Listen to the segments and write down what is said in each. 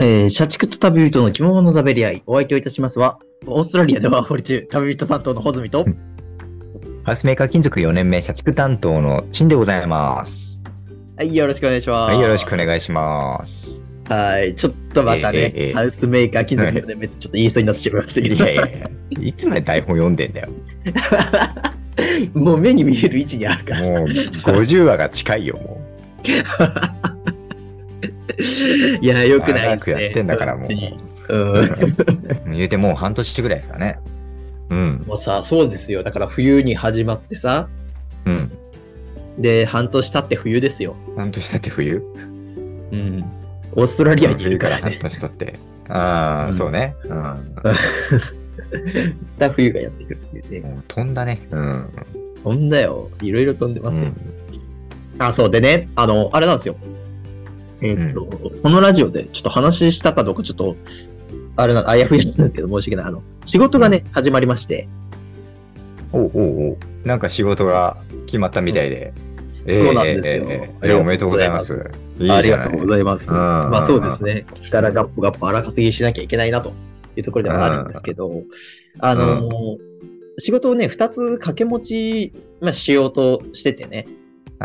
えー社畜と旅人の着物の喋り合い、お相手をいたしますは、オーストラリアでワーホリ中、旅人担当のホズミと、ハウスメーカー金属4年目社畜担当のチンでございます。はい、よろしくお願いします。はい、よろしくお。願いします。はい、ちょっとまたね、ええええハウスメーカー気づきでめっちゃちょっと言いそうになってしまいましたけいど、やいやいや、いつまで台本読んでんだよ。もう目に見える位置にあるからさ。もう50話が近いよ、も いや、よくない長でくすやね。ってんだからもううう。ん。うん言うてもう半年ぐらいですかね。うん、もうさ、そうですよ。だから冬に始まってさ、うん。で、半年経って冬ですよ。半年経って冬うん。オーストラリアにいるから半ね。年経って。ああ、うんそうね。うん。もまた 冬がやってくるっていうね。う飛んだね。うん。飛んだよ。いろいろ飛んでますよ。うんあ、そうでね、あの、あれなんですよ。えーっと、このラジオでちょっと話したかどうかちょっと、あれな、あやふやなんですけど、申し訳ない。あの、仕事がね、始まりまして、おうおうおうなんか仕事が決まったみたいで。ええそうなんですよええええいやおめでとうございます。いいじゃなありがとうございます。うんまあそうですね、力がっぽがっぽ荒稼ぎしなきゃいけないなというところではあるんですけど、あのー、仕事をね、2つ掛け持ち、まあ、しようとしててね。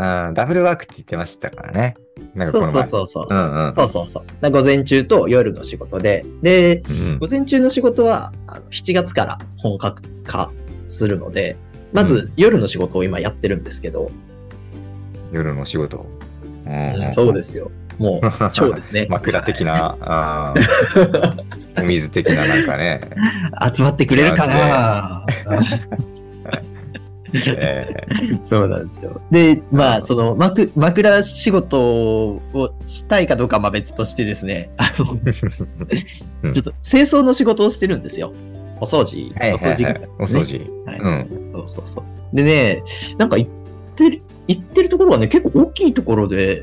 うんダブルワークって言ってましたからね。なんかそうこのそう前。そうそう。うんうんそうそうそう。だから午前中と夜の仕事で、で、うん午前中の仕事はあの7月から本格化するので、まず夜の仕事を今やってるんですけど、夜の仕事。うん。そうですよ。もう、今日ですね 枕的な、 あーお水的ななんかね。集まってくれるかなえ えそうなんですよ。で、まあ、うんその、枕枕仕事をしたいかどうかはまあ別としてですね、あ の、うんちょっと清掃の仕事をしてるんですよ。お掃除、はいおはい掃除は係いおですね掃除。はいうん。そうそうそう。でね、なんか行ってる、行ってるところがね、結構大きいところで、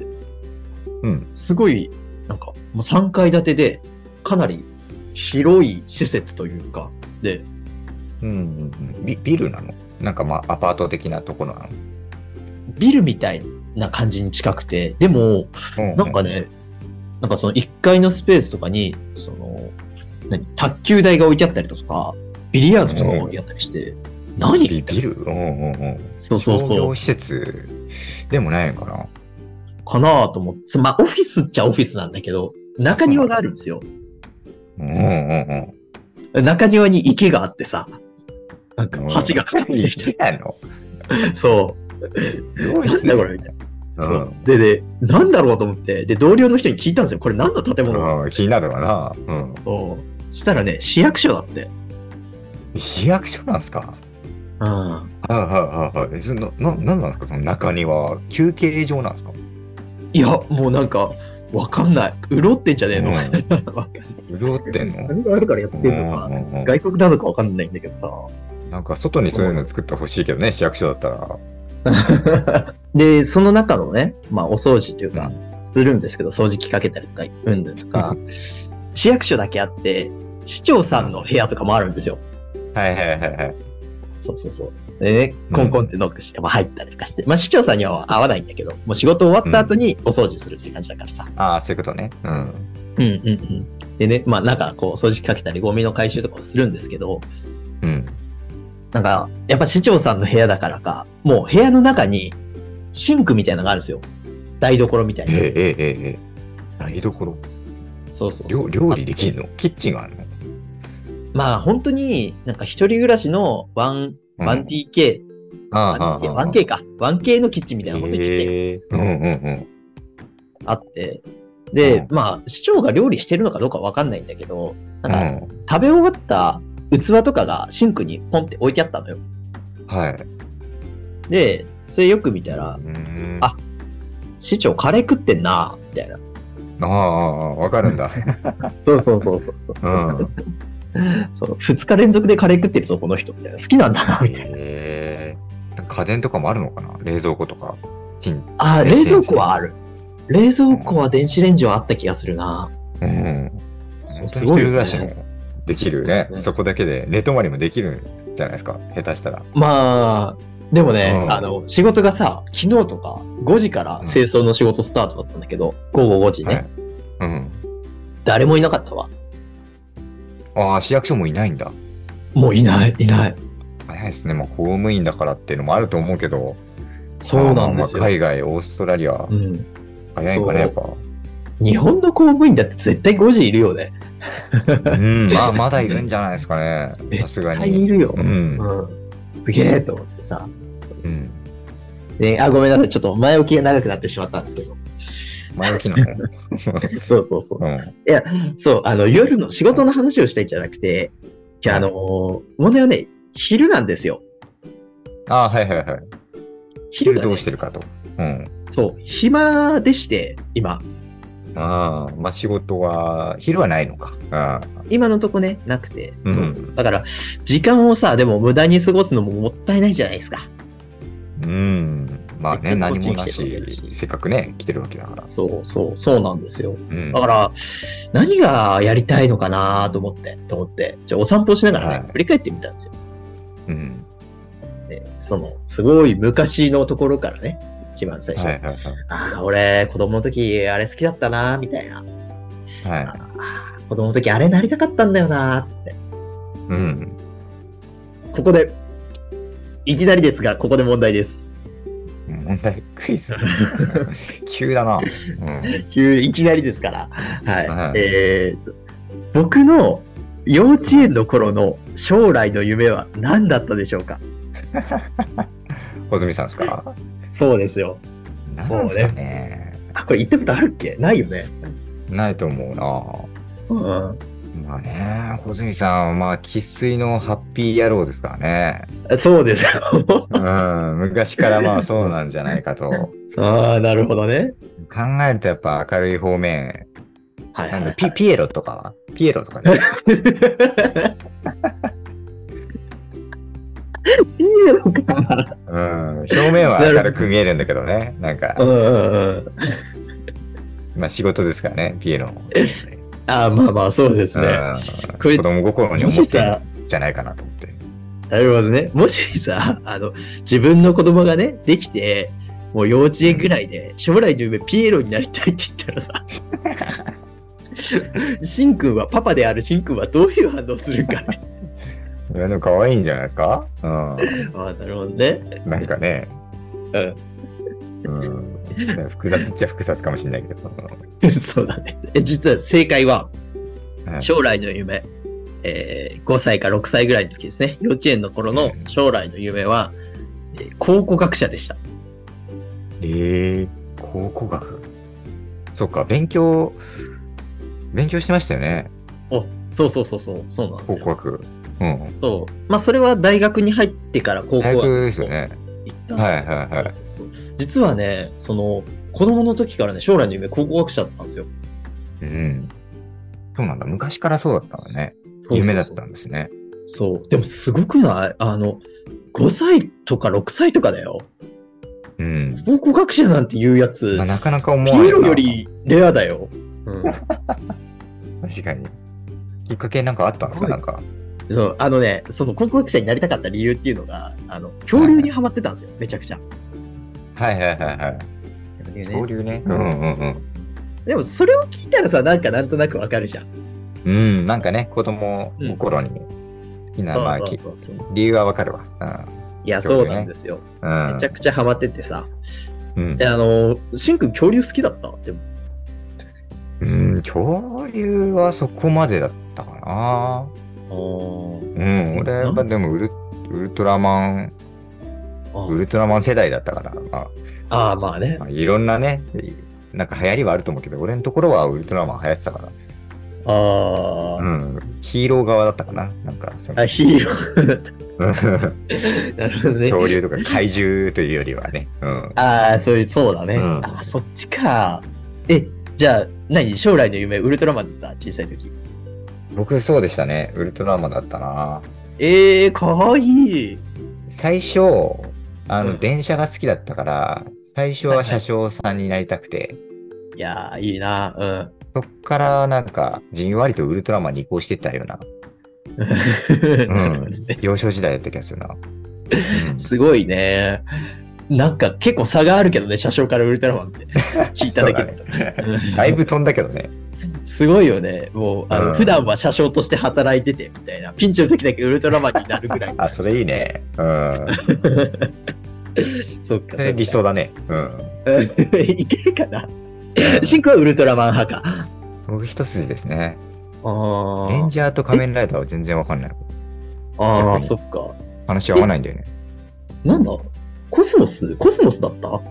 うんすごい、なんか、もう3階建てで、かなり広い施設というか、で、うんうんうんビビルなのなんかまあアパート的なところなビルみたいな感じに近くて、でも、のなんかね、なんかその1階のスペースとかに、その、何卓球台が置いてあったりとか、ビリヤードとかが置いてあったりして、何ビビルうんうんうん。そうそう商そう業。施設でもないのかなかなと思って、まあ、オフィスっちゃオフィスなんだけど、中庭があるんですよ。うんうん中庭に池があってさ、なんかうん。橋がかかってきて、いやの。 そすう、ごいなっんすねだこれみたいな。うそんうで、で、なんだろうと思って、で、同僚の人に聞いたんですよ、これ何の建物だうん気になるわな。うん。と。したらね、市役所だって。市役所なんすかうん。はいはいはいはい。そのな、なんなんですかその中には休憩場なんですかいや、もうなんか、わかんない。潤ってんじゃねえの、うんわかんない 潤ってんの何があるからやってんのうかん。うんうん外国なのかわかんないんだけどなんか外にそういうの作ってほしいけどね、市役所だったら。さ。 で、その中のね、まあ、お掃除というか、うんするんですけど、掃除機かけたりとか、うんぬんとか、市役所だけあって、市長さんの部屋とかもあるんですよ。はいはいはいはい。そうそうそう。でね、うんコンコンってノックして、まあ、入ったりとかして、まあ、市長さんには会わないんだけど、もう仕事終わった後にお掃除するって感じだからさ。ああ、そういうことね。うん。うんうんうん。でね、まあ、なんかこう、掃除機かけたり、ゴミの回収とかをするんですけど、うん。なんか、やっぱ市長さんの部屋だからか、もう部屋の中にシンクみたいなのがあるんですよ。台所みたいええな。ええええええ。台所そうそうそ料う。料理できるのキッチンがあるのまあ、本当になんか一人暮らしのワン、うんワン 1DK、ああ 1K 1K か、1K のキッチンみたいな、本当にちっちゃい。ええうんうんあって、で、うんまあ、市長が料理してるのかどうかわかんないんだけど、うなんか、ん。食べ終わった器とかがシンクにポンって置いてあったのよ。うん。はい。で、それよく見たら、うんあ市長カレー食ってんな、みたいな。ああ、わかるん だ。そうそうそうそうそう。うん。 そう、2日連続でカレー食ってるぞ、この人、みたいな。好きなんだ な、みたいな。へえ家電とかもあるのかな冷蔵庫とか。チン。あー、冷蔵庫はある。冷蔵庫は電子レンジはあった気がするな。うん。そ本う、当すにごい一人よ暮らしね、もできるねそう。ねそこだけで寝泊まりもできるんじゃないですか。下手したら。まあ、でもね、うんあの、仕事がさ、昨日とか5時から清掃の仕事スタートだったんだけど、午後5時ね。はい。うん。誰もいなかったわ。ああ、市役所もいないんだ。もういない、いない。早いですね。まあ、公務員だからっていうのもあると思うけど、そうなんですよ。まあまあ海外、オーストラリアう、ん、早いかそうらやっぱ。日本の公務員だって絶対5時いるよね。うん、まあ、まだいるんじゃないですか ね。さすが絶対いに。るよ。ううんん。すげえと思ってさ、うん。ね。あ、ごめんなさい。ちょっと前置きが長くなってしまったんですけど。前置きなのそうそうそう。うん。そう、あの、夜の仕事の話をしたいんじゃなくて、いやあの問題はね、昼なんですよ。ああ、はいはいはい。昼がねどうしてるかと。うん。そう、暇でして、今。ああ、まあ仕事は、昼はないのか。あ今のとこね、なくて。うんそうだから、時間をさ、でも無駄に過ごすのももったいないじゃないですか。うん。まあね、結構こ何っちもにな来てるわけだしし、せっかくね、来てるわけだから。そうそう、そうなんですよ。うん。だから、何がやりたいのかなと思って、と思って、じゃあお散歩しながらね、はい振り返ってみたんですよ。うん。ね、その、すごい昔のところからね、一番最はい初。はいはい。ああ、俺、子供の時、あれ好きだったなみたいな。はい。子供の時あれなりたかったんだよなーっつってうん。ここでいきなりですがここで問題です問題、クイズ。 急だな。うん。急いきなりですからはい、はいえーと、僕の幼稚園の頃の将来の夢は何だったでしょうか小泉さんですかそうですよなんですかね。あこれ言ったことあるっけないよねないと思うな。うんまあね、穂積さんは、まあ、生粋のハッピー野郎ですからね。そうですよ うん、昔からまあそうなんじゃないかと。ああなるほどね考えるとやっぱ明るい方面、はいなはんい、だピピエロとかはピエロとかね。いいのかなうん、表面は明るく見えるんだけどね。なんかう、んうんうんまあ仕事ですからね、ピエロも。ああまあまあそうですね、うんこれ子供心にも思しってさるんじゃないかなと思って。なるほどね。もしさ、あの、自分の子供がね、できて、もう幼稚園ぐらいで、将来の夢ピエロになりたいって言ったらさ、しんくんは、パパであるしんくんはどういう反応するかね。いや、でも可愛いんじゃないですかうああ、なるほどね。ん。なんかね、ううん。複雑っちゃ複雑かもしれないけど。ん。そうだね。え実は正解は、うん将来の夢、えー5歳か6歳ぐらいの時ですね、幼稚園の頃の将来の夢は、えー考古学者でした。ええ考古学。そうか、勉強、勉強してましたよね、お、そうそうそうそう、そうなんです考よ。古学。うん。そう。まあ、それは大学に入ってから高校大は学ですよね。行ったんはだいはいけどはい。そうそうそう実はね、その、子供の時からね、将来の夢、考古学者だったんですよ。うん。そうなんだ、昔からそうだったのね。夢だったんですね。そう。でも、すごくないあの、5歳とか6歳とかだよ。うん。考古学者なんていうやつまあ、、なかなか思ピわないな。エロよりレアだよ。うん、確かに。きっかけなんかあったんですか、はいなんか。そうあのね、その考古学者になりたかった理由っていうのが、あの恐竜にはまってたんですよ、めちゃくちゃ。はいはいはいはい。交流ね。うんうんでも、それを聞いたらさ、なんかなんとなくわかるじゃん。うん。うん、なんかね、子供心に好きな、まあ、そうきそうそうそう。理由はわかるわ。いや、そうなんですよ。うん。うん。めちゃくちゃハマっててさ。うんで、あの、しんくん恐竜好きだったでも。うん、恐竜はそこまでだったかな。うん、俺はでもウルウルトラマン、あウルトラマン世代だったから、まあああ、まあねま。あ、いろんなね、なんか流行りはあると思うけど、俺のところはウルトラマン流行ってたから、ああ。うん、ヒーロー側だったかな。なんかその、あ、ヒーロ ー。恐なるほどね。竜とか怪獣というよりはね。うん、ああ、そういう、そうだね。うんああ、そっちか。え、じゃあ、何将来の夢、ウルトラマンだった小さい時。僕そうでしたね、ウルトラマンだったな。ええー、かわいい。最初、あの、うん電車が好きだったから、最初は車掌さんになりたくて、いやー、いいな。そっからなんか、じんわりとウルトラマンに移行してったような、うん。な るほどね幼少時代だった気がするな。すごいね。なんか結 構差があるけどね、車掌からウルトラマンって聞いただけだと。だいぶ飛んだけどね。すごいよね。もう、あうん。の、普段は車掌として働いてて、みたいな。ピンチの時だけウルトラマンになるぐらいあ、それいいね。うん。 そっか。それ理そっ想だね。うん。か。 いけるかな。 シンクはウルトラマン派か。僕一筋ですね。あレンジャーと仮面ライダーは全然わかんない。ああ、そっか。話合わないんだよね。なんだコスモスコスモスだった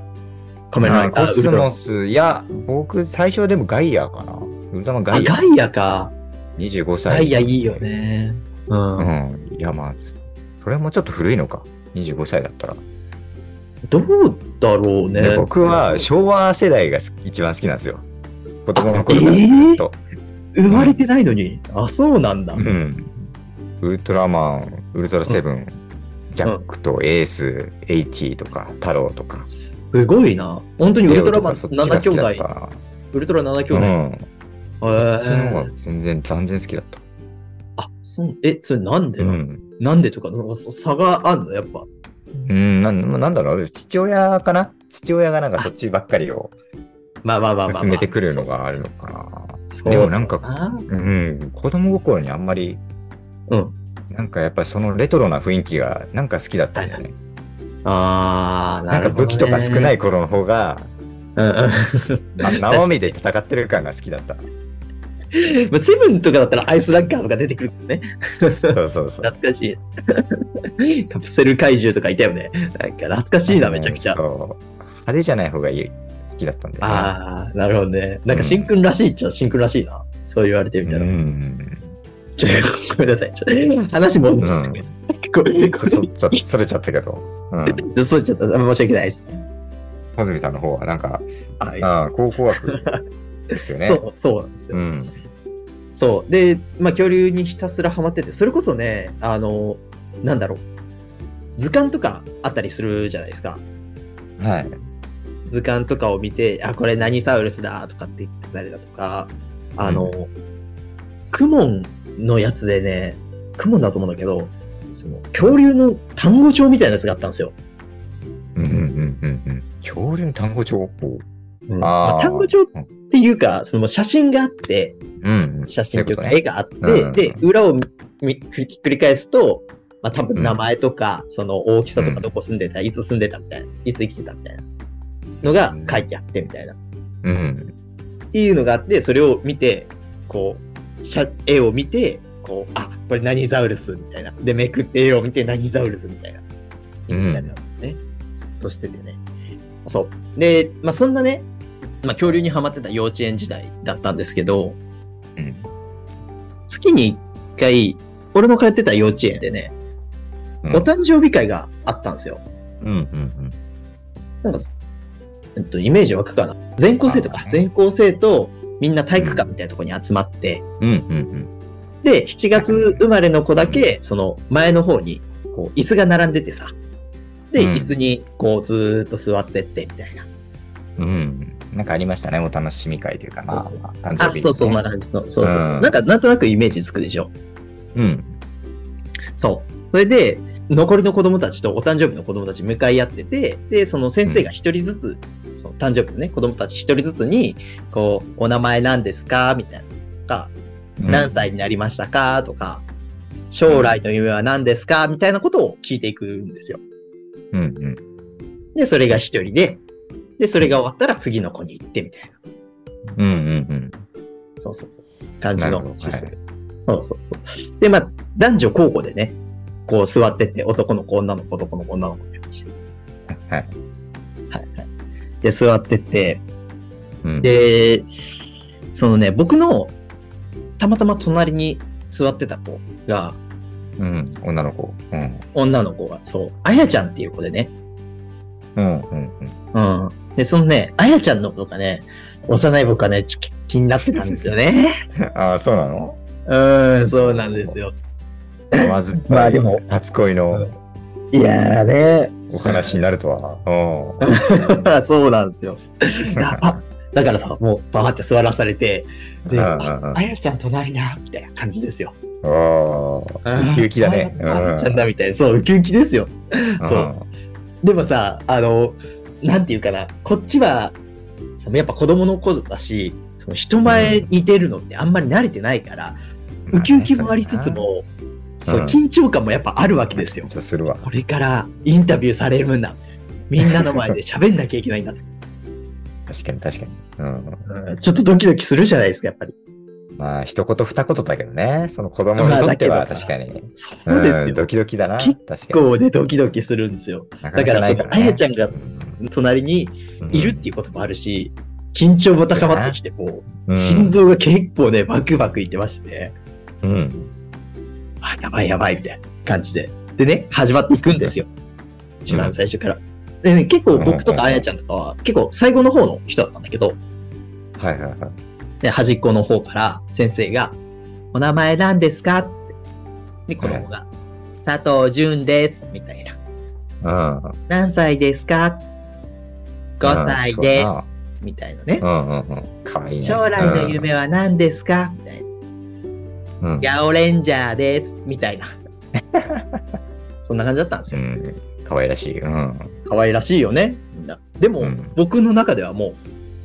カメラあコスモス、いや、僕最初でもガイアかな。ウルトラマンガあ、イア。ガイアか。 25歳。ガイアいいよ。ね。うん。うん。いや、まあ、それもちょっと古いのか。25歳だったら。どうだろうねで。僕は昭和世代が好き一番好きなんですよ。子供の頃からずっと。生まれてないのに。あ、そうなんだ。うん。ウルトラマン、ウルトラセブン、ジャックとエース、エイティとか、太郎とか。すごいな。本当にウルトラマン7兄弟。弟。ウルトラ7兄う弟。へん。そっちの方ーが全然、断然好きだった。あ、そう、え、それなんでうな、ん。なんでとか、そのそ差があんのやっぱ。うん、なんなんだろう、父親かな父親がなんかそっちばっかりをまあまあまあまあ、まあ。進めてくるのがあるのかそう。な。でもなんか、あうん、子供心にあんまり、うん。なんかやっぱりそのレトロな雰囲気がなんか好きだったんだよね。あー、ななんるかほど、武ね。器とか少ない。頃の方が、うん うん。ま、生身で戦ってる感が好きだった。まあ、セブンとかだったらアイスラッガーとか出てくるからね。そうそうそう。懐かしい。 カプセル怪獣とかいたよね。なんか懐かしいな、めちゃくちゃ。そう派手じゃない方がいい好きだったんで、ね。あー、なるほどね。なんかシンくんらしいっちゃシンくんらしいな。そう言われてみたうら。ん。ちょごめんなさい。ちょ話戻してくれ。ごめんちょそそ それちゃったけど。うん。そうちょっと申し訳ないです。穂積さんの方はなんか、はいああ、考古学ですよね。 そうそうなんですよ。うん。そうで、まあ、恐竜にひたすらハマってて、それこそね、あの、なんだろう、図鑑とかあったりするじゃないですか。はい。図鑑とかを見て、あ、これ何サウルスだとかって言ってたりだとか、あの、クモンのやつでね、クモンだと思うんだけど、その恐竜の単語帳みたいなやつがあったんですよ。うんうんうんうんうん。恐竜の単語帳法。うんあまーあ、単語帳っていうか、その写真があって、うんうん。写真というかそうい絵うがあって、うんで、裏をみひっくり返すと、まあ多分名前とか、その大きさとかどこ住んでた、いつ住んでたみたいな、いつ生きてたみたいなのが書いてあってみたいな、っことねうん。ていうのがあって、それを見て、こう、写絵を見て、こう、あ、これ何ザウルスみたいな。で、めくって絵を見て何ザウルスみたいな。うみんたいなんですね。ずっとしててね。そう。で、まあそんなね、まあ恐竜にハマってた幼稚園時代だったんですけど、うん。月に1回、俺の通ってた幼稚園でね、うんお誕生日会があったんですよ。うんうんなんか、えっと、イメージ湧くかな。全校生とあかー、全校生とみんな体育館みたいなところに集まって、うん。うんうんで、7月生まれの子だけ、その前の方に、こう、椅子が並んでてさ、で、うん椅子に、こう、ずーっと座ってって、みたいな。うん。うん。なんかありましたね。お楽しみ会というか、まあ、そうそう誕生あ日、、そうそう、まだ、そうそうそうそうう。んなんか、なんとなくイメージつくでしょ。うん。そう。それで、残りの子供たちとお誕生日の子供たち向かい合ってて、で、その先生が一人ずつ、その誕生日のね、子供たち一人ずつに、こう、お名前何ですかみたいな。とか、うん何歳になりましたかとか、将来の夢は何ですかみたいなことを聞いていくんですよ。うんうん。で、それが一人で、で、それが終わったら次の子に行ってみたいな。うんうんそうそうそう。感じなるのほどシステム。そうそうそう。で、まあ、男女交互でね、こう座ってって、男の子、女の子、男の子、女の子って感じ。ははいいはい。で、座ってって、うん。、で、そのね、僕の、たまたま隣に座ってた子が、うん。女の子。うん。女の子が、そう、あやちゃんっていう子でね、うんうんうん。うん。で、そのね、あやちゃんのことがね、幼い僕はね、ちょっと気になってたんですよね。 ああ、そうなのうん、そうなんですよ。まず、まあでも、初恋のいやーね、お話になるとは。 そうなんですよ。うん。あだからさ、もうバーって座らされて、で、うんうんあうんあやちゃん隣だ、みたいな感じですよ。おーウキウキだねあうんあやちゃんだ、みたいな。そう、ウキウキですよ。うんでもさ、あの、なんていうかな、こっちは、そのやっぱ子供の子だし、その人前に出るのってあんまり慣れてないから、ウキウキもありつつ、も、そううん緊張感もやっぱあるわけですよ緊。張するわ。これからインタビューされるんだ。みんなの前で喋んなきゃいけないんだ。確かに確かに。うん。うんちょっとドキドキするじゃないですか、やっぱり。まあ、一言二言だけどね、その子供にとってまあはだけど確さかに。そうですんドよ。キドキだな。結確かに。こうね、ドキドキするんですよ。なかだなから、なそいらの、あやちゃんがう隣にんいるっていうこともあるし、緊張も高まってきて、こうんう、心臓が結構ね、バクバクいってましてね。うん。あ、やばいやばいみたいな感じで。でね、始まっていくんですよ。一番最初から。でね、結構僕とかあやちゃんとかは、結構最後の方の人だったんだけど、はいはいはい。で端っこの方から先生が、お名前なんですかつって。で、子供が、佐藤淳です。みたいな。うん。何歳ですかつって。5歳です。みたいなね。うんうんうん。かわいいね。将来の夢は何ですかみたいな。うん。うん。ヤオレンジャーです。みたい な。そんな感じだったんですよう。ん。かわいらしい。うん。可愛らしいよね、みんな。でも、うん僕の中ではもう、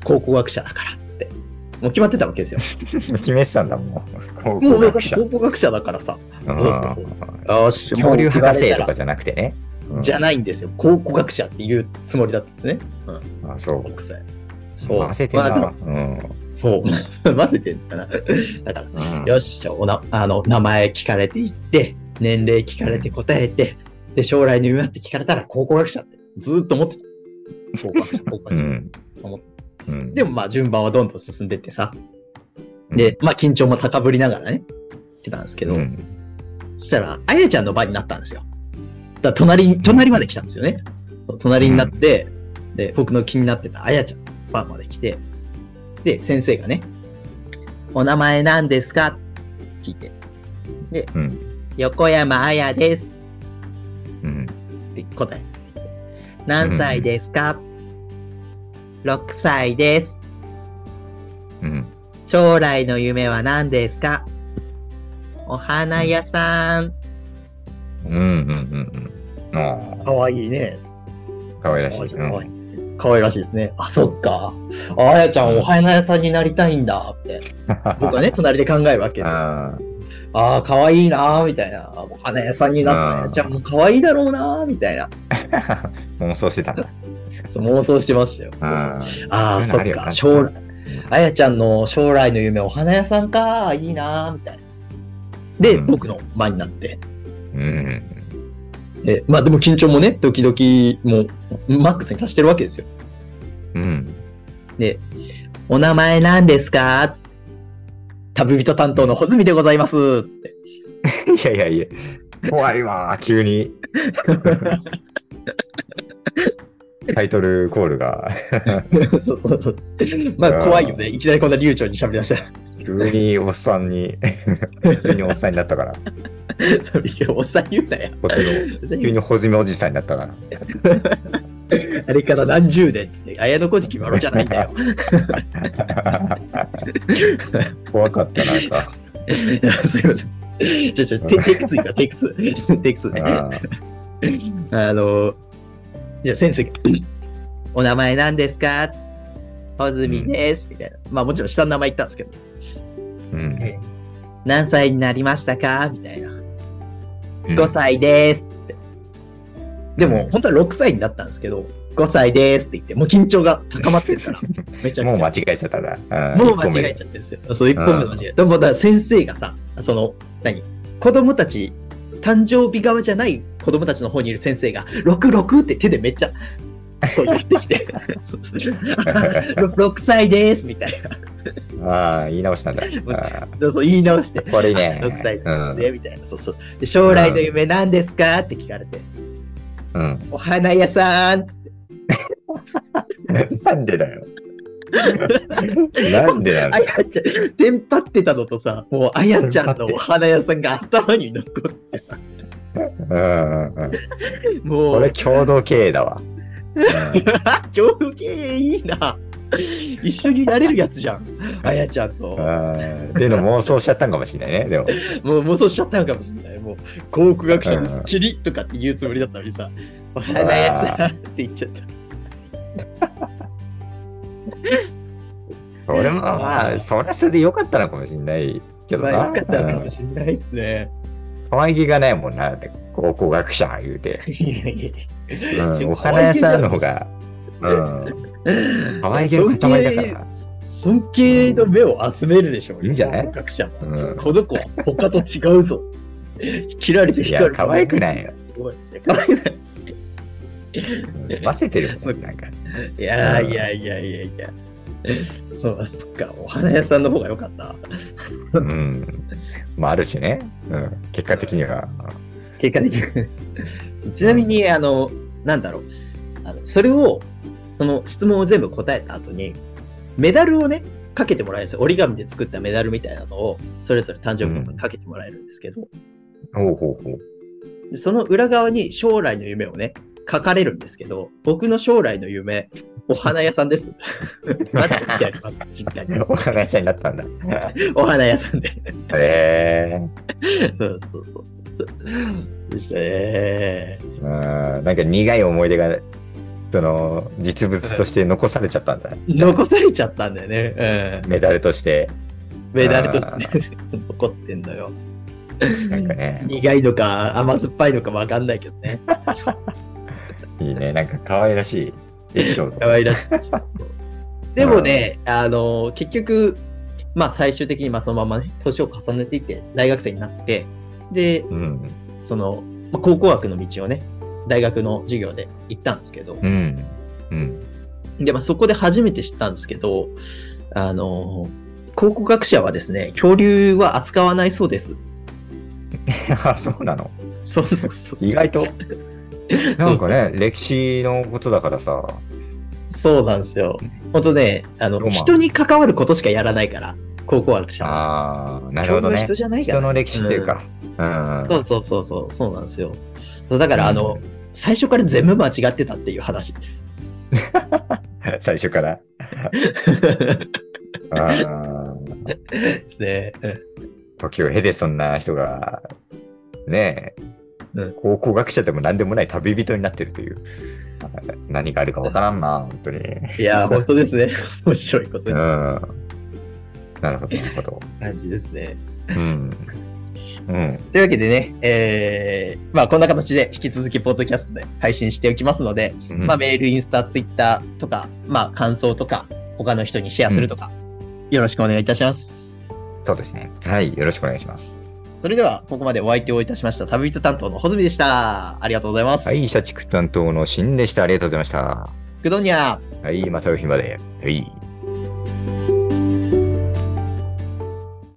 考古学者だから、つって。もう決まってたわけですよ。決めてたんだもん。考もう古俺学考者。古学者だからさ。うんそうそうよし恐竜博士ともう言われかじゃなくてね。たらじゃなないんですよ。考古学者っていうつもりだったんですね。あ、そう。僕さえ。そう。合わせてんな。まあでもうん。そう。 混ぜてんだな。だから、よし、じゃあおなあの、名前聞かれていって、年齢聞かれて答えて、で、将来の夢って聞かれたら考古学者って、ずーっと思ってた。考古学者、考う古学者。ん。うん。でもまあ順番はどんどん進んでってさ、うんで、まあ緊張も高ぶりながらね、ってたんですけど、うんそしたら、あやちゃんの場になったんですよ。だから隣に、隣まで来たんですよね。そう、隣になって、で、僕の気になってたあやちゃんの場まで来て、で、先生がね、お名前何ですかって聞いて、うん。横山あやですうん。って答え。何歳ですか、?6 歳です。うん。将来の夢は何ですかお花屋さん。うんうんうんうん。あかわいいね。あ、かわいらしい。かうんわいい。かわいらしいですね。あ、そっか。ああやちゃん、お花屋さんになりたいんだって。僕はね、隣で考えるわけですよ。あああ、かわいいなーみたいな。お花屋さんになったあやちゃんもかわいいだろうなーみたいな。あ、妄想してたんだ。そう妄想してましたよ。そうそうあああ、そっか。将来、あやちゃんの将来の夢、お花屋さんかーいいなーみたいな。で、うん僕の間になって。うん。でまあでも緊張もね、ドキドキもマックスに達してるわけですよ。うん。で、お名前なんですかつって旅人担当の穂積でございます。つって。いやいやいや、怖いわ、急に。タイトルコールが、そうそうそう。まあ怖いよね。いきなりこんな流暢に喋り出したら。急におっさんに、急におっさんになったから、おっさん言うなよ。こっちの急にほじめおじさんになったから。あれから何十年っつって、綾小路まろじゃないんだよ。 怖かった、なんか。いやすいません。ちょちょ、テテイク2行くわテイク2。テイク2ね。 ああの、じゃあ先生が、お名前なんですかつって穂積です。みたいな。まあもちろん下の名前言ったんですけど、ーうん何歳になりましたかみたいな。うん5歳です。つって。でも、本当は6歳になったんですけど、5歳ですって言って、もう緊張が高まってる から、めちゃくもうちゃ。間違えちゃったな。もう間違えちちゃってるんですよ。そう、一本目間違え。でも、だから先生がさ、その、何子供たち、誕生日側じゃない子供たちの方にいる先生が、66って手でめっちゃ、こう言ってき て、そうそう6歳ですみたいな。ゃ ああ、言い 直したんだ。あそうそう、言い直してー、悪いね。 6歳ですうね、みたいな。そうそう。で、将来の夢何ですかって聞かれて、んうん。お花屋さんっつって。なんで だよ。なんでだあよ。やちゃん、テンパってたのとさ、もうあやちゃんのお花屋さんが頭に残る。うんうんうん。もこ れう、共同経営 だわ。共同経営いいな。一緒になれるやつじゃん、あやちゃんとう。んっていうの妄想しちゃったんかもしれないね。でも、もう妄想しちゃったのかもしれない。もう、考古学者でうす。んキリとかって言うつもりだったのにさ、お花屋さんって言っちゃった。それもまあ、それはそれでよかったのかもしれないけどまあ、な。よかったのかうもんしれないですね。可愛げがないもんな、考古学者言 うて。いやいやういやん、お花屋さんの方。 が、うん、可愛げの塊だからな。尊敬の目を集めるでしょう。いいんじゃない学者も。うんこの子、他と違うぞ。 切られていや、可愛くいないよ。可愛くない。うんませてるもん、なんか。 いやうんいやいやいやいや。そう、そっか、お花屋さんの方が良かった。うん。まあ、あるしね。うん。結果的には。結果的にそうちなみに、あの、なんだろう。あのそれを、その質問を全部答えた後に、メダルをね、かけてもらえるんですよ。折り紙で作ったメダルみたいなのを、それぞれ誕生日にかけてもらえるんですけど、ほうほうほう。でその裏側に将来の夢をね、書かれるんですけど、僕の将来の夢、お花屋さん です。まだやります、実家に。お花屋さんになったんだ。お花屋さんで。へえそうそうそうそう。でしたね。ー。まあ、なんか苦い思い出が、その、実物として残されちゃったんだ。残されちゃったんだよね。メダルとして。うん。メダルとして 残ってんのよ。なんかね、苦いのか甘酸っぱいのかわかんないけどね。いいね。なんか可愛らしいエピソード。可愛らしい。そうでもね、あの、結局、まあ最終的にまあそのままね、年を重ねていって、大学生になって、で、うん。その、まあ考古学の道をね、大学の授業で行ったんですけど、うん。うん。で、まあ、そこで初めて知ったんですけど、あの、考古学者はですね、恐竜は扱わないそうです。あ、そうなの。そうそうそう。意外と。なんかそうそうね、歴史のことだからさ。そうなんですよ。本当ね、あロの、マン人に関わることしかやらないから、考古学者は。ああ、なるほどね恐竜は人。じゃないから。人の歴史っていうか。うん。そうそうそうそう、そうなんですよ。そうだから、あのう、最初から全部間違ってたっていう話。最初から。あーですね。時を経てそんな人が、ねえ、うん考古学者でも何でもない旅人になってるという、さ何があるかわからんな、本当に。いやー、本当ですね。面白いことうん。ななるほど、なるほど。感じですね。うん。うん。というわけでね、えーまあこんな形で引き続きポッドキャストで配信しておきますので、うんまあメール、インスタ、ツイッターとか、まあ感想とか、他の人にシェアするとか、よろしくお願いいたします。そうですね。はい、よろしくお願いします。それでは、ここまでお相手をいたしました、旅人担当のホズミでした。ありがとうございます。はい、社畜担当のシンでした。ありがとうございました。グドニャー。はい、またお日まで。はい。